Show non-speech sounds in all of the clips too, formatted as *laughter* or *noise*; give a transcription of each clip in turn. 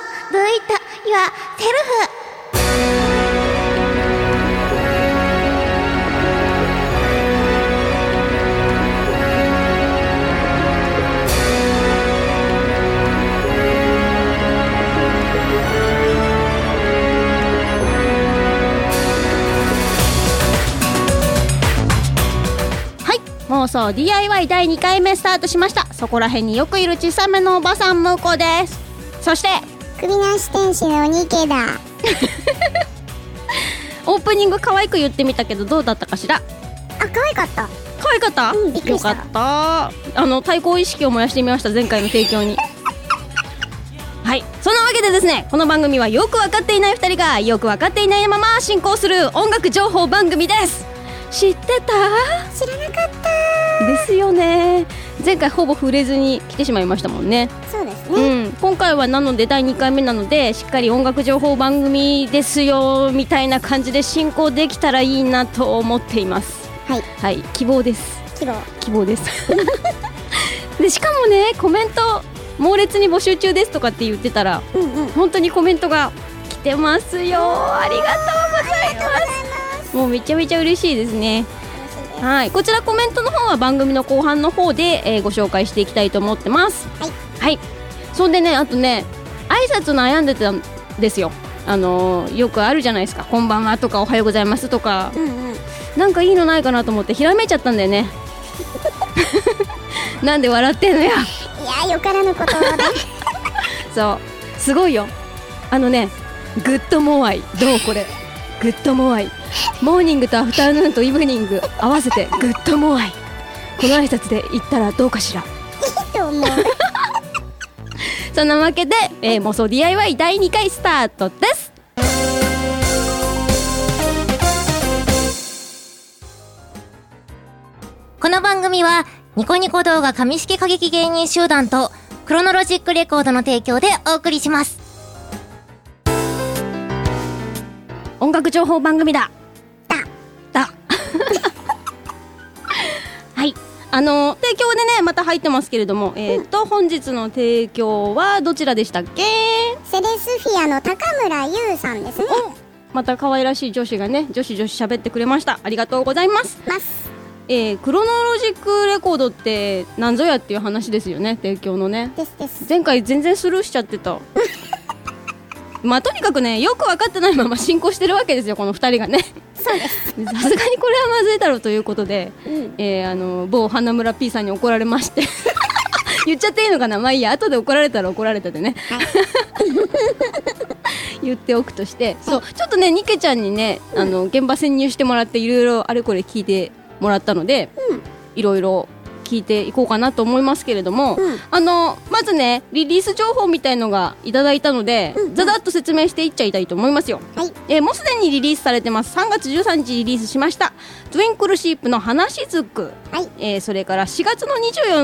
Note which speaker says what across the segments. Speaker 1: it yourself. はい妄想 DIY 第2回目スタートしましたそこら辺によくいる小さめのおばさんむこですそして
Speaker 2: 首なし天使の鬼毛だ
Speaker 1: オープニング可愛く言ってみたけどどうだったかしら
Speaker 2: あ可愛かった
Speaker 1: 可愛かった、
Speaker 2: うんびっくり
Speaker 1: よ
Speaker 2: し
Speaker 1: か
Speaker 2: た
Speaker 1: ったあの対抗意識を燃やしてみました前回の提供にはいそんなわけでですねこの番組はよく分かっていない2人がよく分かっていないまま進行する音楽情報番組です知ってた
Speaker 2: 知らなかった
Speaker 1: ですよね前回ほぼ触れずに来てしまいましたもんね
Speaker 2: そうですね、
Speaker 1: うん、今回はなので第2回目なのでしっかり音楽情報番組ですよみたいな感じで進行できたらいいなと思っています
Speaker 2: はい
Speaker 1: はい希望です
Speaker 2: キロ
Speaker 1: 希望です *laughs* でしかもねコメント猛烈に募集中ですとかって言ってたら
Speaker 2: うんうん
Speaker 1: 本当にコメントが来てますよありがとうございますもうめちゃめちゃ嬉しいですねはい、こちらコメントの方は番組の後半の方で、えーご紹介していきたいと思ってます。
Speaker 2: はい、
Speaker 1: そんでね、あとね、挨拶悩んでたんですよ。あのーよくあるじゃないですか、こんばんはとか、おはようございますとか、
Speaker 2: うんうん
Speaker 1: なんかいいのないかなと思って、ひらめいちゃったんだよね。 *laughs* なんで笑ってんのや。
Speaker 2: いやよからぬことだ
Speaker 1: そう、すごいよ。あのね、グッドモアイ、どうこれ。グッドモアイ。モーニングとアフターヌーンとイブニング合わせてグッドモアイ。この挨拶で言ったらどうかしら。
Speaker 2: いいと思う
Speaker 1: そんなわけで、えー、妄想 DIY 第2回スタートです
Speaker 3: この番組は、ニコニコ動画紙式歌劇芸人集団と、クロノロジックレコードの提供でお送りします。
Speaker 1: 音楽情報番組だ
Speaker 2: だ
Speaker 1: だ *laughs* はいあのー提供でねまた入ってますけれどもえっ、ー、と、本日の提供はどちらでしたっけ
Speaker 2: セレスフィアの高村優さんですね
Speaker 1: また可愛らしい女子がね女子女子喋ってくれましたありがとうございます
Speaker 2: ます
Speaker 1: えー、クロノロジックレコードってなんぞやっていう話ですよね提供のね
Speaker 2: ですです
Speaker 1: 前回全然スルーしちゃってた *laughs* まあとにかくねよく分かってないまま進行してるわけですよこの2人がね
Speaker 2: そうです
Speaker 1: *laughs* さすがにこれはまずいだろうということで、
Speaker 2: うん
Speaker 1: えーあの某花村 P さんに怒られまして *laughs* 言っちゃっていいのかなまあいいや後で怒られたら怒られたでね *laughs* 言っておくとしてそうちょっとねニケちゃんにねあの現場潜入してもらっていろいろあれこれ聞いてもらったので
Speaker 2: うん
Speaker 1: いろいろ聞いていこうかなと思いますけれども、
Speaker 2: うん
Speaker 1: あのまずねリリース情報みたいのがいただいたので、
Speaker 2: うんうん
Speaker 1: ざざっと説明していっちゃいたいと思いますよ。
Speaker 2: はい
Speaker 1: えーもうすでにリリースされてます3月13日リリースしました「トゥインクルシープの話づく」
Speaker 2: はい
Speaker 1: えーそれから4月の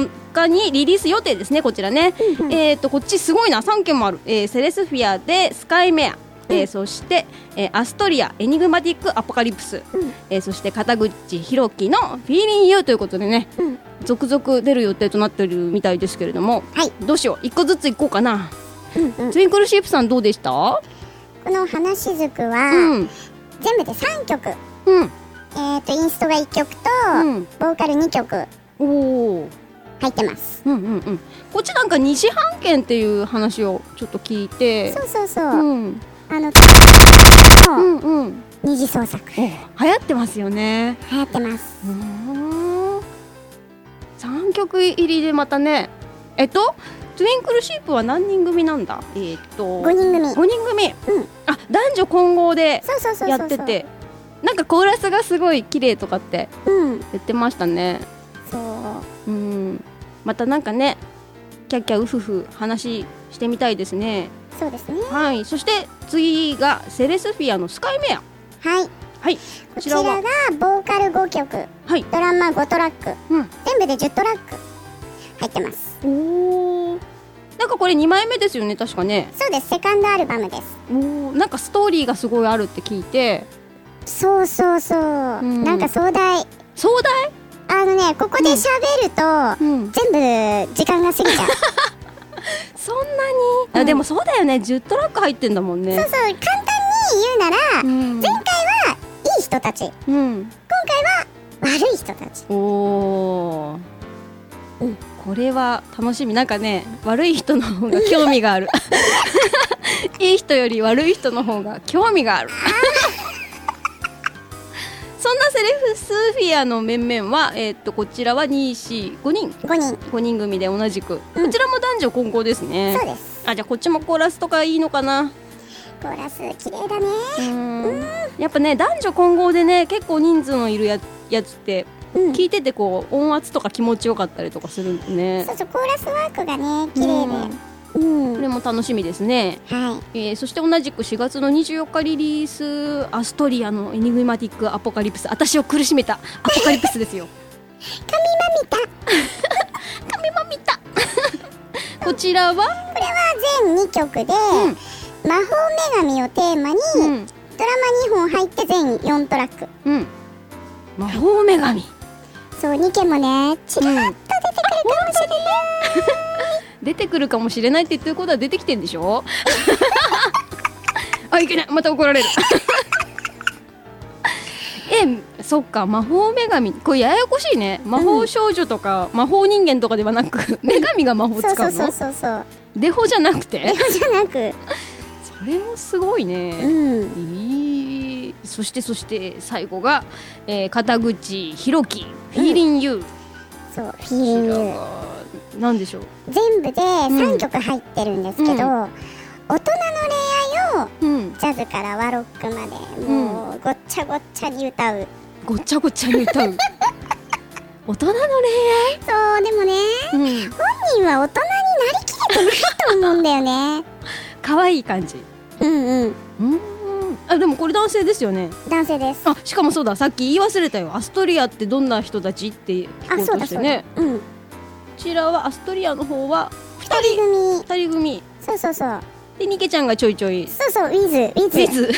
Speaker 1: 24日にリリース予定ですねこちらね、
Speaker 2: うんうん
Speaker 1: えっ、とこっちすごいな3件もある、えーセレスフィアでスカイメア、えーそして、えーアストリアエニグマティックアポカリプス、
Speaker 2: うん
Speaker 1: えーそして片口弘樹の「フィーリンユー」ということでね
Speaker 2: うん
Speaker 1: 続々出る予定となってるみたいですけれども
Speaker 2: はい
Speaker 1: どうしよう1個ずついこうかな、
Speaker 2: うんうん
Speaker 1: トゥインクルシープさんどうでした
Speaker 2: この話ずくは、
Speaker 1: うん
Speaker 2: 全部で3曲
Speaker 1: うん
Speaker 2: えっ、とインストが1曲と、
Speaker 1: うん
Speaker 2: ボーカル2曲入
Speaker 1: おお
Speaker 2: ってます
Speaker 1: うんうんうん、こっちなんか西半券っていう話をちょっと聞いて
Speaker 2: そうそうそう、
Speaker 1: うん
Speaker 2: あの
Speaker 1: う
Speaker 2: の
Speaker 1: んうん
Speaker 2: 二次創作流
Speaker 1: 流行ってますよね
Speaker 2: 行ってます
Speaker 1: うん3曲入りでまたねえっとトゥインクルシープは何人組なんだえっと
Speaker 2: 5人組
Speaker 1: 五人組、
Speaker 2: うん
Speaker 1: あ男女混合で
Speaker 2: そうそうそうそう
Speaker 1: やっててなんかコーラスがすごい綺麗とかって
Speaker 2: うん
Speaker 1: 言ってましたね
Speaker 2: そう
Speaker 1: うんまたなんかねキャッキャウフフ話してみたいですね
Speaker 2: そうですね
Speaker 1: はい、そして次がセレスフィアのスカイメア。
Speaker 2: はい
Speaker 1: はい、
Speaker 2: こ
Speaker 1: こ
Speaker 2: ち
Speaker 1: ち
Speaker 2: ら
Speaker 1: ら
Speaker 2: が
Speaker 1: は。
Speaker 2: ボーカル5曲
Speaker 1: はい、
Speaker 2: ドラマ5トラック
Speaker 1: うん、
Speaker 2: 全部で10トラック入ってます
Speaker 1: おお。なんかこれ2枚目ですよね、確かね。
Speaker 2: そうですセカンドアルバムです
Speaker 1: おお、なんかストーリーがすごいあるって聞いて。
Speaker 2: そうそうそう、
Speaker 1: ん
Speaker 2: なんか壮大
Speaker 1: 壮大。
Speaker 2: あのねここで喋ると、
Speaker 1: うん
Speaker 2: *laughs* 全部時間が過ぎちゃう
Speaker 1: そんなに。あ、でもそうだよね10トラック入ってんだもんね
Speaker 2: そうそう簡単に言うなら、
Speaker 1: うん
Speaker 2: 前回はいい人たち今
Speaker 1: うん
Speaker 2: 回は悪い人たち
Speaker 1: おおーこれは楽しみなんかね悪い人の方が興味が *laughs* あるいい人より悪い人の方が興味がある *laughs* そんなセレフスフィアの面々は、えーっとこちらは245人
Speaker 2: 5人
Speaker 1: 5人組で同じく、
Speaker 2: うん
Speaker 1: こちらも男女混合ですね
Speaker 2: そうです
Speaker 1: あじゃあこっちもコーラスとかいいのかな
Speaker 2: コーラス綺麗だね
Speaker 1: うーんやっぱね男女混合でね結構人数のいるややつって
Speaker 2: うん
Speaker 1: 聞いててこう音圧とか気持ちよかったりとかするんでね
Speaker 2: そうそうコーラスワークがね綺麗でうん、
Speaker 1: こ
Speaker 2: は
Speaker 1: れも楽しみですね、
Speaker 2: い
Speaker 1: えーそして同じく4月の24日リリースアストリアの「エニグマティック・アポカリプス」私を苦しめたアポカリプスですよ *laughs* 神まみた *laughs* 神まみたこちらは、
Speaker 2: これは全2曲で、魔法女神をテーマに、
Speaker 1: うん
Speaker 2: ドラマ2本入って全4トラック
Speaker 1: うん、魔法女神
Speaker 2: そう2件もねチラッと出てくるかもしれない、
Speaker 1: 出てくるかもしれないって言ってることは出てきてんでしょ *laughs* あいけないまた怒られる *laughs* えそっか魔法女神これややこしいね魔法少女とか、魔法人間とかではなく女神が魔法使うの
Speaker 2: そうそうそうそうそう
Speaker 1: デフォじゃなくて
Speaker 2: じゃなく
Speaker 1: それもすごいね、
Speaker 2: うん
Speaker 1: いいそしてそして最後が、えー片口ひろきフィーリンユー、
Speaker 2: そうフィーリン
Speaker 1: こ
Speaker 2: グ
Speaker 1: ちらが何でしょう
Speaker 2: 全部で3曲入ってるんですけど、大人
Speaker 1: うん
Speaker 2: の恋愛を
Speaker 1: うん
Speaker 2: ジャズから和ロックまでもうごっちゃごっちゃに歌う、
Speaker 1: ごっちゃごちゃに歌う
Speaker 2: *laughs*
Speaker 1: 大人の
Speaker 2: そうでもね
Speaker 1: 恋愛、うん、
Speaker 2: 本人は大人になりきれてないと思うんだよね
Speaker 1: 可愛い感じ
Speaker 2: *laughs* うんうん
Speaker 1: うんあでもこれ男性ですよね
Speaker 2: 男性です
Speaker 1: あしかもそうださっき言い忘れたよアストリアってどんな人たちって聞
Speaker 2: あ
Speaker 1: こ
Speaker 2: そ
Speaker 1: う
Speaker 2: う
Speaker 1: と
Speaker 2: だ
Speaker 1: して
Speaker 2: そうだ
Speaker 1: ね
Speaker 2: うん
Speaker 1: こちらはアストリアの方は
Speaker 2: 二人組
Speaker 1: 2人組
Speaker 2: そうそうそう
Speaker 1: でニケちゃんがちょいちょいウ
Speaker 2: そうそうウィズウィズ
Speaker 1: ィズ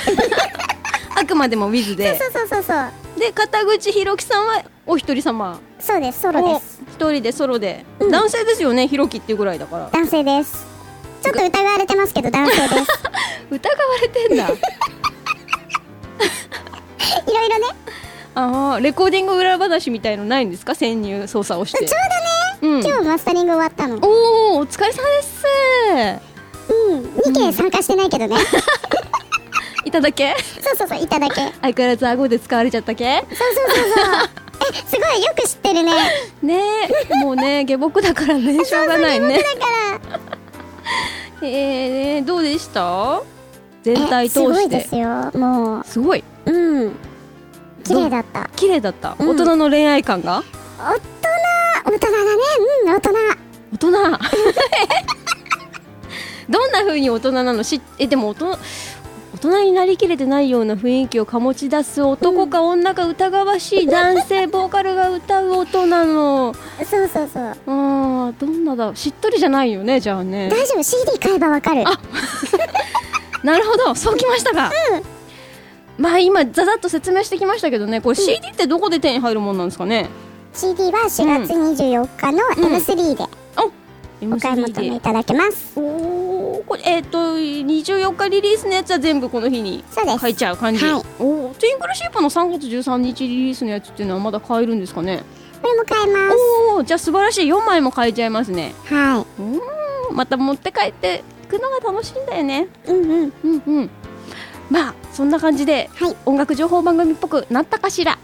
Speaker 1: *laughs* あくまでもウィズで
Speaker 2: そうそうそうそう
Speaker 1: で片口ひろきさんはお一人様
Speaker 2: そうですソロ
Speaker 1: お
Speaker 2: です
Speaker 1: 一人でソロで、
Speaker 2: うん
Speaker 1: 男性ですよねひろきっていうぐらいだから
Speaker 2: 男性ですちょっと疑われてますけど男性です *laughs*
Speaker 1: 疑われてん *laughs* だ
Speaker 2: いろいろね
Speaker 1: ああレコーディング裏話みたいのないんですか潜入捜査をし
Speaker 2: ち
Speaker 1: て
Speaker 2: ょうどね、
Speaker 1: うん
Speaker 2: 今日マスタリング終わったの
Speaker 1: おおお疲れ様です
Speaker 2: うん2件参加してないけどね
Speaker 1: いただけ
Speaker 2: そうそうそういただけそう
Speaker 1: 相変わらず顎で使われちゃったけ
Speaker 2: そうそうそうえすごいよく知って *laughs* るね
Speaker 1: ねえも
Speaker 2: *laughs*
Speaker 1: うね下僕だからねしょうがないね
Speaker 2: だから
Speaker 1: えー、どうでした全体
Speaker 2: えす
Speaker 1: 通
Speaker 2: ごい
Speaker 1: し
Speaker 2: で
Speaker 1: て
Speaker 2: すよもう
Speaker 1: すごい
Speaker 2: うん綺麗だった
Speaker 1: 綺麗だった、
Speaker 2: うん
Speaker 1: 大人の恋愛感が
Speaker 2: 大人大人だねうん大人
Speaker 1: 大人 *laughs* どんな風に大人なのしえでも大人大人になりきれてないような雰囲気を醸し出す男か女か疑わしい男性ボーカルが歌う大人の
Speaker 2: そうそうそう
Speaker 1: あーどんなだろうしっとりじゃないよねじゃあね
Speaker 2: 大丈夫 CD 買えばわかる
Speaker 1: なるほどそうきましたか、まあ今ざざっと説明してきましたけどねこれ CD ってどこで手に入るもんなんですかね、
Speaker 2: CD は4月24日の M3 で
Speaker 1: お
Speaker 2: お買い求めいただけます、
Speaker 1: おーこれえっ、と24日リリースのやつは全部この日に
Speaker 2: そうです
Speaker 1: 買えちゃう感じ、
Speaker 2: はい
Speaker 1: おおティンクルシープの3月13日リリースのやつっていうのはまだ買えるんですかね
Speaker 2: これも買えます
Speaker 1: おおじゃあ素晴らしい4枚も買えちゃいますね
Speaker 2: は
Speaker 1: うーんまた持って帰ってくのが楽しいんだよね
Speaker 2: いうんうん
Speaker 1: うんうんまあそんな感じで、
Speaker 2: はい
Speaker 1: 音楽情報番組っぽくなったかしら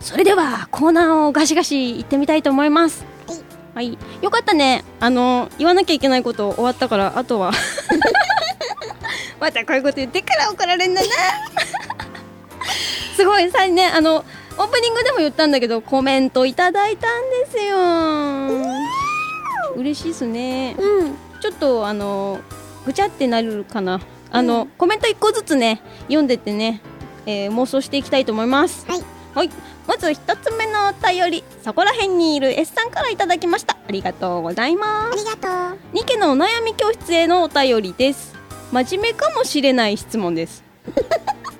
Speaker 1: それではコーナーをガシガシ行ってみたいと思いますはい、よかったねあの言わなきゃいけないこと終わったからあとはまたこういうこと言ってから怒られんだなすごいさねあのオープニングでも言ったんだけどコメントいただいたんですよ嬉しいっすね
Speaker 2: うん
Speaker 1: ちょっとあのぐちゃってなるかなあの、コメント一個ずつね読んでってね、えー妄想していきたいと思います
Speaker 2: はい
Speaker 1: はい、まず一つ目のお便りそこら辺にいる S さんからいただきましたありがとうございま
Speaker 2: あ
Speaker 1: す
Speaker 2: りがとう
Speaker 1: ニケのお悩み教室へのお便りです真面目かもしれない質
Speaker 2: *laughs*
Speaker 1: 問です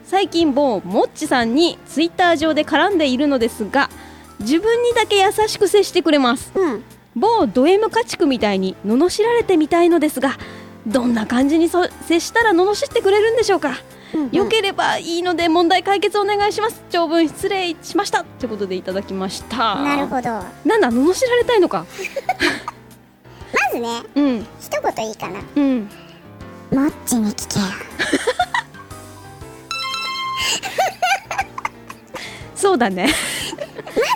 Speaker 1: 最近某もっちさんにツイッター上で絡んでいるのですが自分にだけ優しく接してくれます
Speaker 2: うん
Speaker 1: 某ド M 家畜みたいに罵られてみたいのですがどんな感じにそ接したら罵ってくれるんでしょうか、
Speaker 2: うんうん
Speaker 1: 良ければいいので問題解決お願いします長文失礼しましたってことでいただきました
Speaker 2: なるほどま
Speaker 1: なんだ罵られたいのか
Speaker 2: ずね
Speaker 1: うん
Speaker 2: 一言いいかな
Speaker 1: うん
Speaker 2: マッチに聞けよ
Speaker 1: そうだね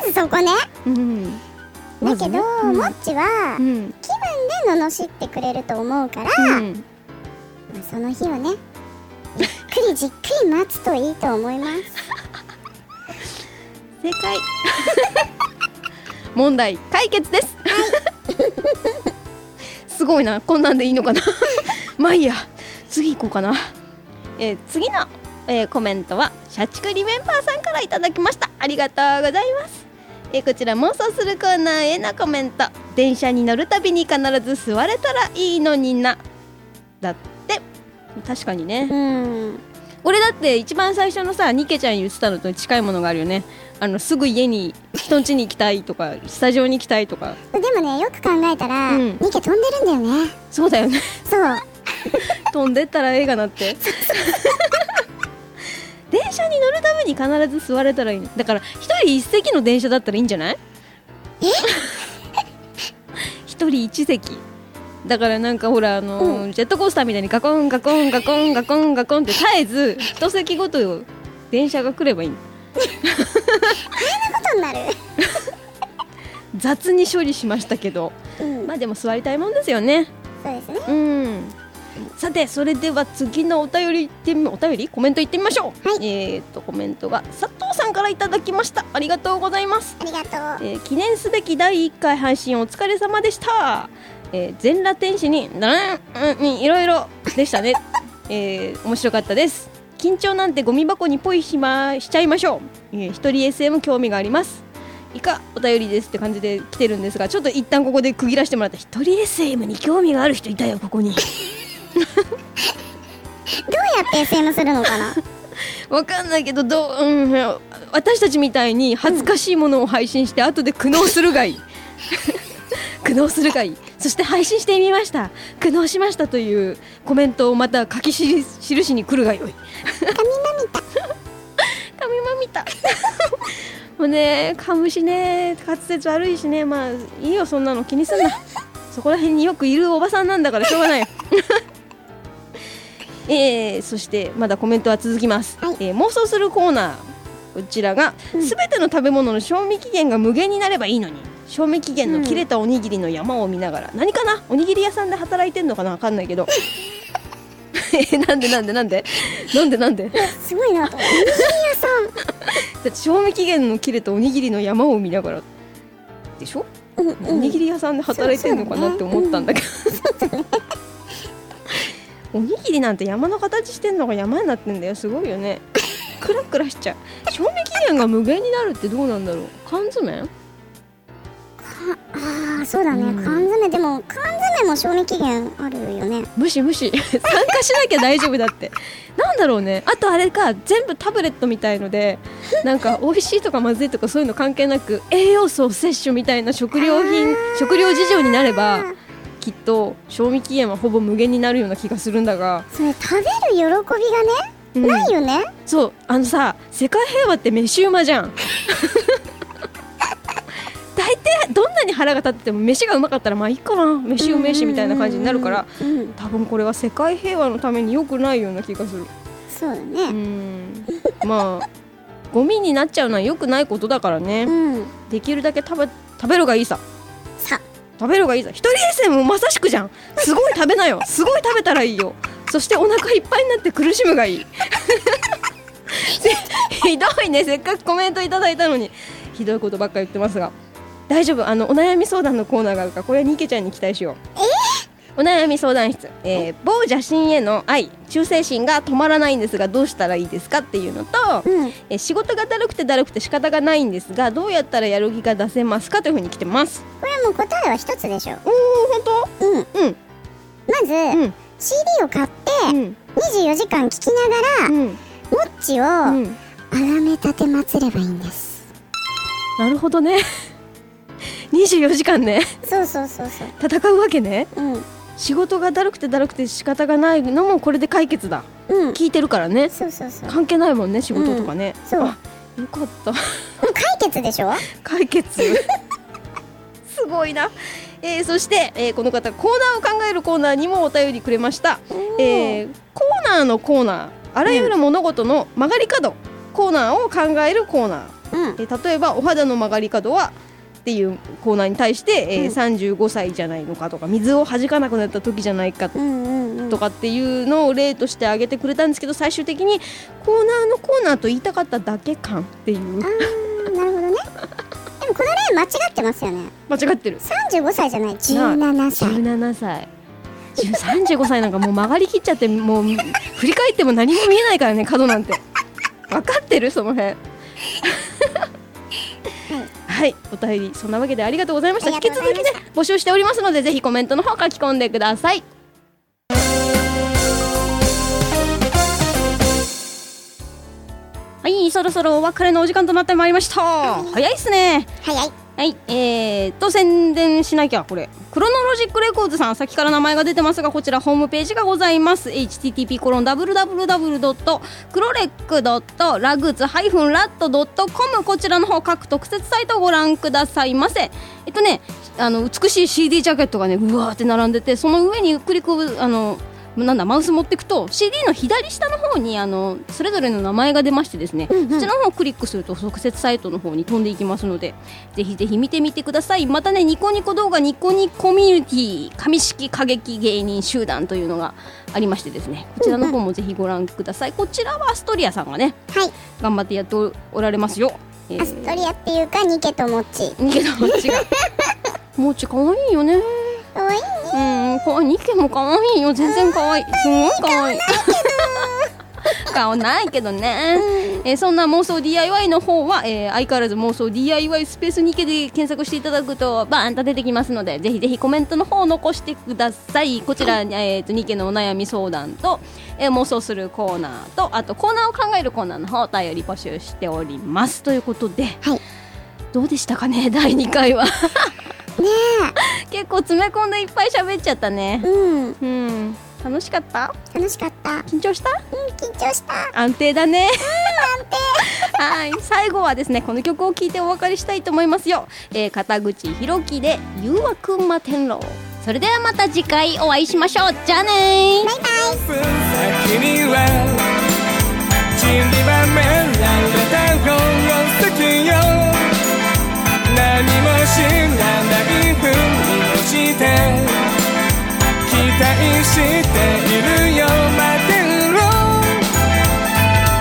Speaker 2: まずそこね
Speaker 1: うん
Speaker 2: だけど、
Speaker 1: うん
Speaker 2: モッチは
Speaker 1: う、ん
Speaker 2: 気分で罵ってくれると思うから、
Speaker 1: うん
Speaker 2: まあその日をね *laughs* ゆっくりじっくり待つといいと思います
Speaker 1: 正解問題解決ですすごいなこんなんでいいのかなまあいいや次行こうかな、えー次の、えーコメントは社畜リメンバーさんからいただきましたありがとうございますえーこちら妄想するコーナーへのコメント電車に乗るたびに必ず座れたらいいのになだって確かにね、
Speaker 2: うん
Speaker 1: 俺だって一番最初のさニケちゃんに言ってたのと近いものがあるよねあのすぐ家に人ん家に行きたいとかスタジオに行きたいとか
Speaker 2: でもねよく考えたら、
Speaker 1: うん
Speaker 2: ニケ飛んでるんだよね
Speaker 1: そうだよね
Speaker 2: そう
Speaker 1: 飛んでったら映画なって *laughs* 電車に乗るために必ず座れたらいいのだから一人一席の電車だったらいいんじゃない
Speaker 2: え
Speaker 1: *laughs* 一人一席だからなんかほらあのージェットコースターみたいにガコンガコンガコンガコンガコンって絶えず一席ごと電車が来ればいいの
Speaker 2: ことになる
Speaker 1: 雑に処理しましたけど
Speaker 2: うん
Speaker 1: まあでも座りたいもんですよね
Speaker 2: そうですね
Speaker 1: うんさてそれでは次のお便りいってみお便りコメントいってみましょう、
Speaker 2: はい
Speaker 1: えーっとコメントが佐藤さんからいただきましたありがとうございます
Speaker 2: ありがとう
Speaker 1: えー記念すべき第1回配信お疲れ様でした、えー全裸天使になうんうんいろいろでしたね、 *laughs* えー面白かったです緊張なんてゴミ箱にポイしましちゃいましょう、えー一人 SM 興味があります以下お便りですって感じで来てるんですがちょっと一旦ここで区切らせてもらった一人 SM に興味がある人いたよここに
Speaker 2: どうやって SM するのかな
Speaker 1: わかんないけどどう、うん、私たちみたいに恥ずかしいものを配信して後で苦悩するがいい *laughs* 苦悩するがいいそして配信してみました苦悩しましたというコメントをまた書きしり印に来るがよい神まみた神まみたもうね噛むしね滑舌悪いしねまあいいよそんなの気にすんなそこら辺によくいるおばさんなんだからしょうがないよ *laughs* えーそしてまだコメントは続きます、
Speaker 2: はい
Speaker 1: えー妄想するコーナーこちらがすべ、全ての食べ物の賞味期限が無限になればいいのに賞味期限の切れたおにぎりの山を見ながら、何かなおにぎり屋さんで働いてんのかなわかんな
Speaker 2: *laughs*
Speaker 1: いけどえなんでなんでなんでなんでなんで
Speaker 2: *laughs* すごいなと思うおにぎり屋さん
Speaker 1: だって賞味期限の切れたおにぎりの山を見ながらでしょ、おにぎり屋さんで働いてるのかなって思ったんだけど、おにぎりなんて山の形してんのが山になってんだよすごいよねクラクラしちゃう賞味期限が無限になるってどうなんだろう缶詰
Speaker 2: ああそうだね、
Speaker 1: うん
Speaker 2: 缶詰でも缶詰も賞味期限あるよね
Speaker 1: 無視無視 *laughs* 参加しなきゃ大丈夫だってなんだろうねあとあれか全部タブレットみたいのでな
Speaker 2: *laughs*
Speaker 1: んか美味しいとかまずいとかそういうの関係なく栄養素を摂取みたいな食料品食料事情になればきっと賞味期限はほぼ無限になるような気がするんだが、
Speaker 2: それ食べる喜びがね、
Speaker 1: うん
Speaker 2: ないよね
Speaker 1: そうあのさ世界平和って飯うまじ
Speaker 2: *laughs*
Speaker 1: ゃん大抵どんなに腹が立ってても飯がうまかったらまあいいかな飯うめえしみたいな感じになるから
Speaker 2: うんうんうん
Speaker 1: 多分これは世界平和のために良くないような気がする
Speaker 2: そうだ
Speaker 1: う
Speaker 2: ね
Speaker 1: んまあゴミになっちゃうのは良くないことだからね、
Speaker 2: うん
Speaker 1: できるだけ食べ食べるがいいさ
Speaker 2: さ
Speaker 1: 食べるがいいさ一人 SM もまさしくじゃんすごい食べなよすごい食べたらいいよそしてお腹いっぱいになって苦しむがい *laughs* いひどいねせっかくコメントいただいたのにひどいことばっかり言ってますが大丈夫あのお悩み相談のコーナーがあるからこれはニケちゃんに期待しようお悩み相談室、えー、某邪神への愛忠誠心が止まらないんですがどうしたらいいですかっていうのと、
Speaker 2: うん
Speaker 1: えー仕事がだるくてだるくて仕方がないんですがどうやったらやる気が出せますかというふうに来てます
Speaker 2: これはもう答えは一つでしょ
Speaker 1: おお本
Speaker 2: うん
Speaker 1: 当うん
Speaker 2: まず、
Speaker 1: うん
Speaker 2: CD を買って、
Speaker 1: うん
Speaker 2: 24時間聞きながら、
Speaker 1: うん
Speaker 2: モッチを、
Speaker 1: うん
Speaker 2: あがめたてまつればいいんです
Speaker 1: なるほどね24時間ね
Speaker 2: そうそうそうそう
Speaker 1: 戦うわけね
Speaker 2: うん
Speaker 1: 仕事がだるくてだるくて仕方がないのもこれで解決だ
Speaker 2: うん
Speaker 1: 聞いてるからね
Speaker 2: そうそうそう
Speaker 1: 関係ないもんね仕事とかね、
Speaker 2: うんそう
Speaker 1: あよかった
Speaker 2: 解決でしょ
Speaker 1: 解決すごいな、えーそして、えーこの方コーナーを考えるコーナーにもお便りくれました、えーコーナーのコーナーあらゆる物事の曲がり角、コーナーを考えるコーナ
Speaker 2: う
Speaker 1: ー
Speaker 2: ん
Speaker 1: えー例えばお肌の曲がり角はっていうコーナーに対して、え
Speaker 2: うん
Speaker 1: ー35歳じゃないのかとか水を弾かなくなった時じゃないか
Speaker 2: うんうんうん
Speaker 1: とかっていうのを例として挙げてくれたんですけど最終的にコーナーのコーナーと言いたかっただけ感っていう
Speaker 2: あーなるほどねでもこの例間違ってますよね
Speaker 1: 間違ってる
Speaker 2: 35歳じゃない17歳
Speaker 1: 17歳35歳なんかもう曲がりきっちゃってもう振り返っても何も見えないからね角なんて分かってるその辺はいお便りそんなわけでありがとうございました
Speaker 2: あ
Speaker 1: 引
Speaker 2: り
Speaker 1: き
Speaker 2: がとう
Speaker 1: 続
Speaker 2: ございま
Speaker 1: きね
Speaker 2: した
Speaker 1: 募集しておりますのでぜひコメントの方書き込んでくださいはいそろそろお別れのお時間となってまいりました早いっすね
Speaker 2: 早い
Speaker 1: はい、えー、と宣伝しなきゃこれクロノロジックレコーズさん先から名前が出てますがこちらホームページがございます http コロン www. クロレック .rags-rat.com こちらの方各特設サイトをご覧くださいませえっとねあの美しい CD ジャケットがねうわーって並んでてその上にクリックあのなんだマウス持ってくと CD の左下の方にあのそれぞれの名前が出ましてですね、そちらの方をクリックすると特設サイトの方に飛んでいきますのでぜひぜひ見てみてくださいまたねニコニコ動画ニコニココミュニティ紙式過激芸人集団というのがありましてですねこちらの方もぜひご覧ください、こちらはアストリアさんがね
Speaker 2: はい
Speaker 1: 頑張ってやっておられますよ、えー
Speaker 2: アストリアっていうかニケとモッチ
Speaker 1: *laughs* ニケのもちが *laughs* もちかわいいよね
Speaker 2: かわいいね
Speaker 1: うん、こうニケも可愛いよ全然可愛いすごい可愛い顔ないけどね、えーそんな妄想 DIY の方は、えー相変わらず妄想 DIY スペースニケで検索していただくとバーンと出てきますのでぜひぜひコメントの方を残してくださいこちら、えー、とニケのお悩み相談と、えー妄想するコーナーとあとコーナーを考えるコーナーの方お便り募集しておりますということで、
Speaker 2: はい
Speaker 1: どうでしたかね第2回は *laughs* 結構詰め込んでいっぱい喋っちゃったね
Speaker 2: えうん
Speaker 1: うん楽しかった
Speaker 2: 楽しかったうん
Speaker 1: 緊張した
Speaker 2: 緊張した
Speaker 1: 安定だね安定はい最後はですねこの曲を聴いてお別れしたいと思いますよ、えー、片口ひろきで誘惑魔天狼それではまた次回お会いしましょうじゃあねー
Speaker 2: バイバイ
Speaker 4: 君はちりばめられた方が好きよ何も知らないふりをして期待しているよ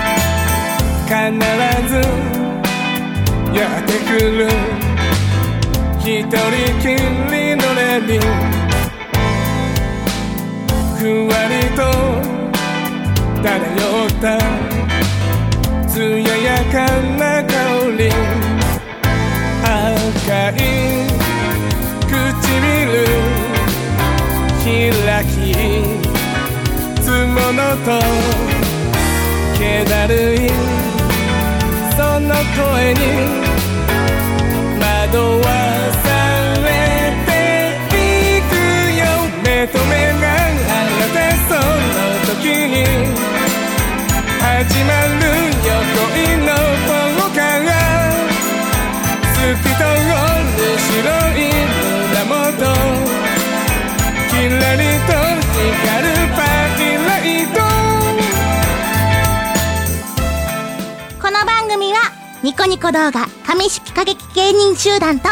Speaker 4: 待てろ必ずやってくる一人きりのレビューふんわりと漂った艶やかな香り赤い唇開きつものと気だるいその声に惑わされていくよ目と目が合ってその時に始まるよ恋の方から透き通る白い胸元キラリと光るパーティーライト
Speaker 3: この番組はニコニコ動画紙式過激芸人集団と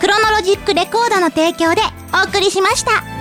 Speaker 3: クロノロジックレコードの提供でお送りしました。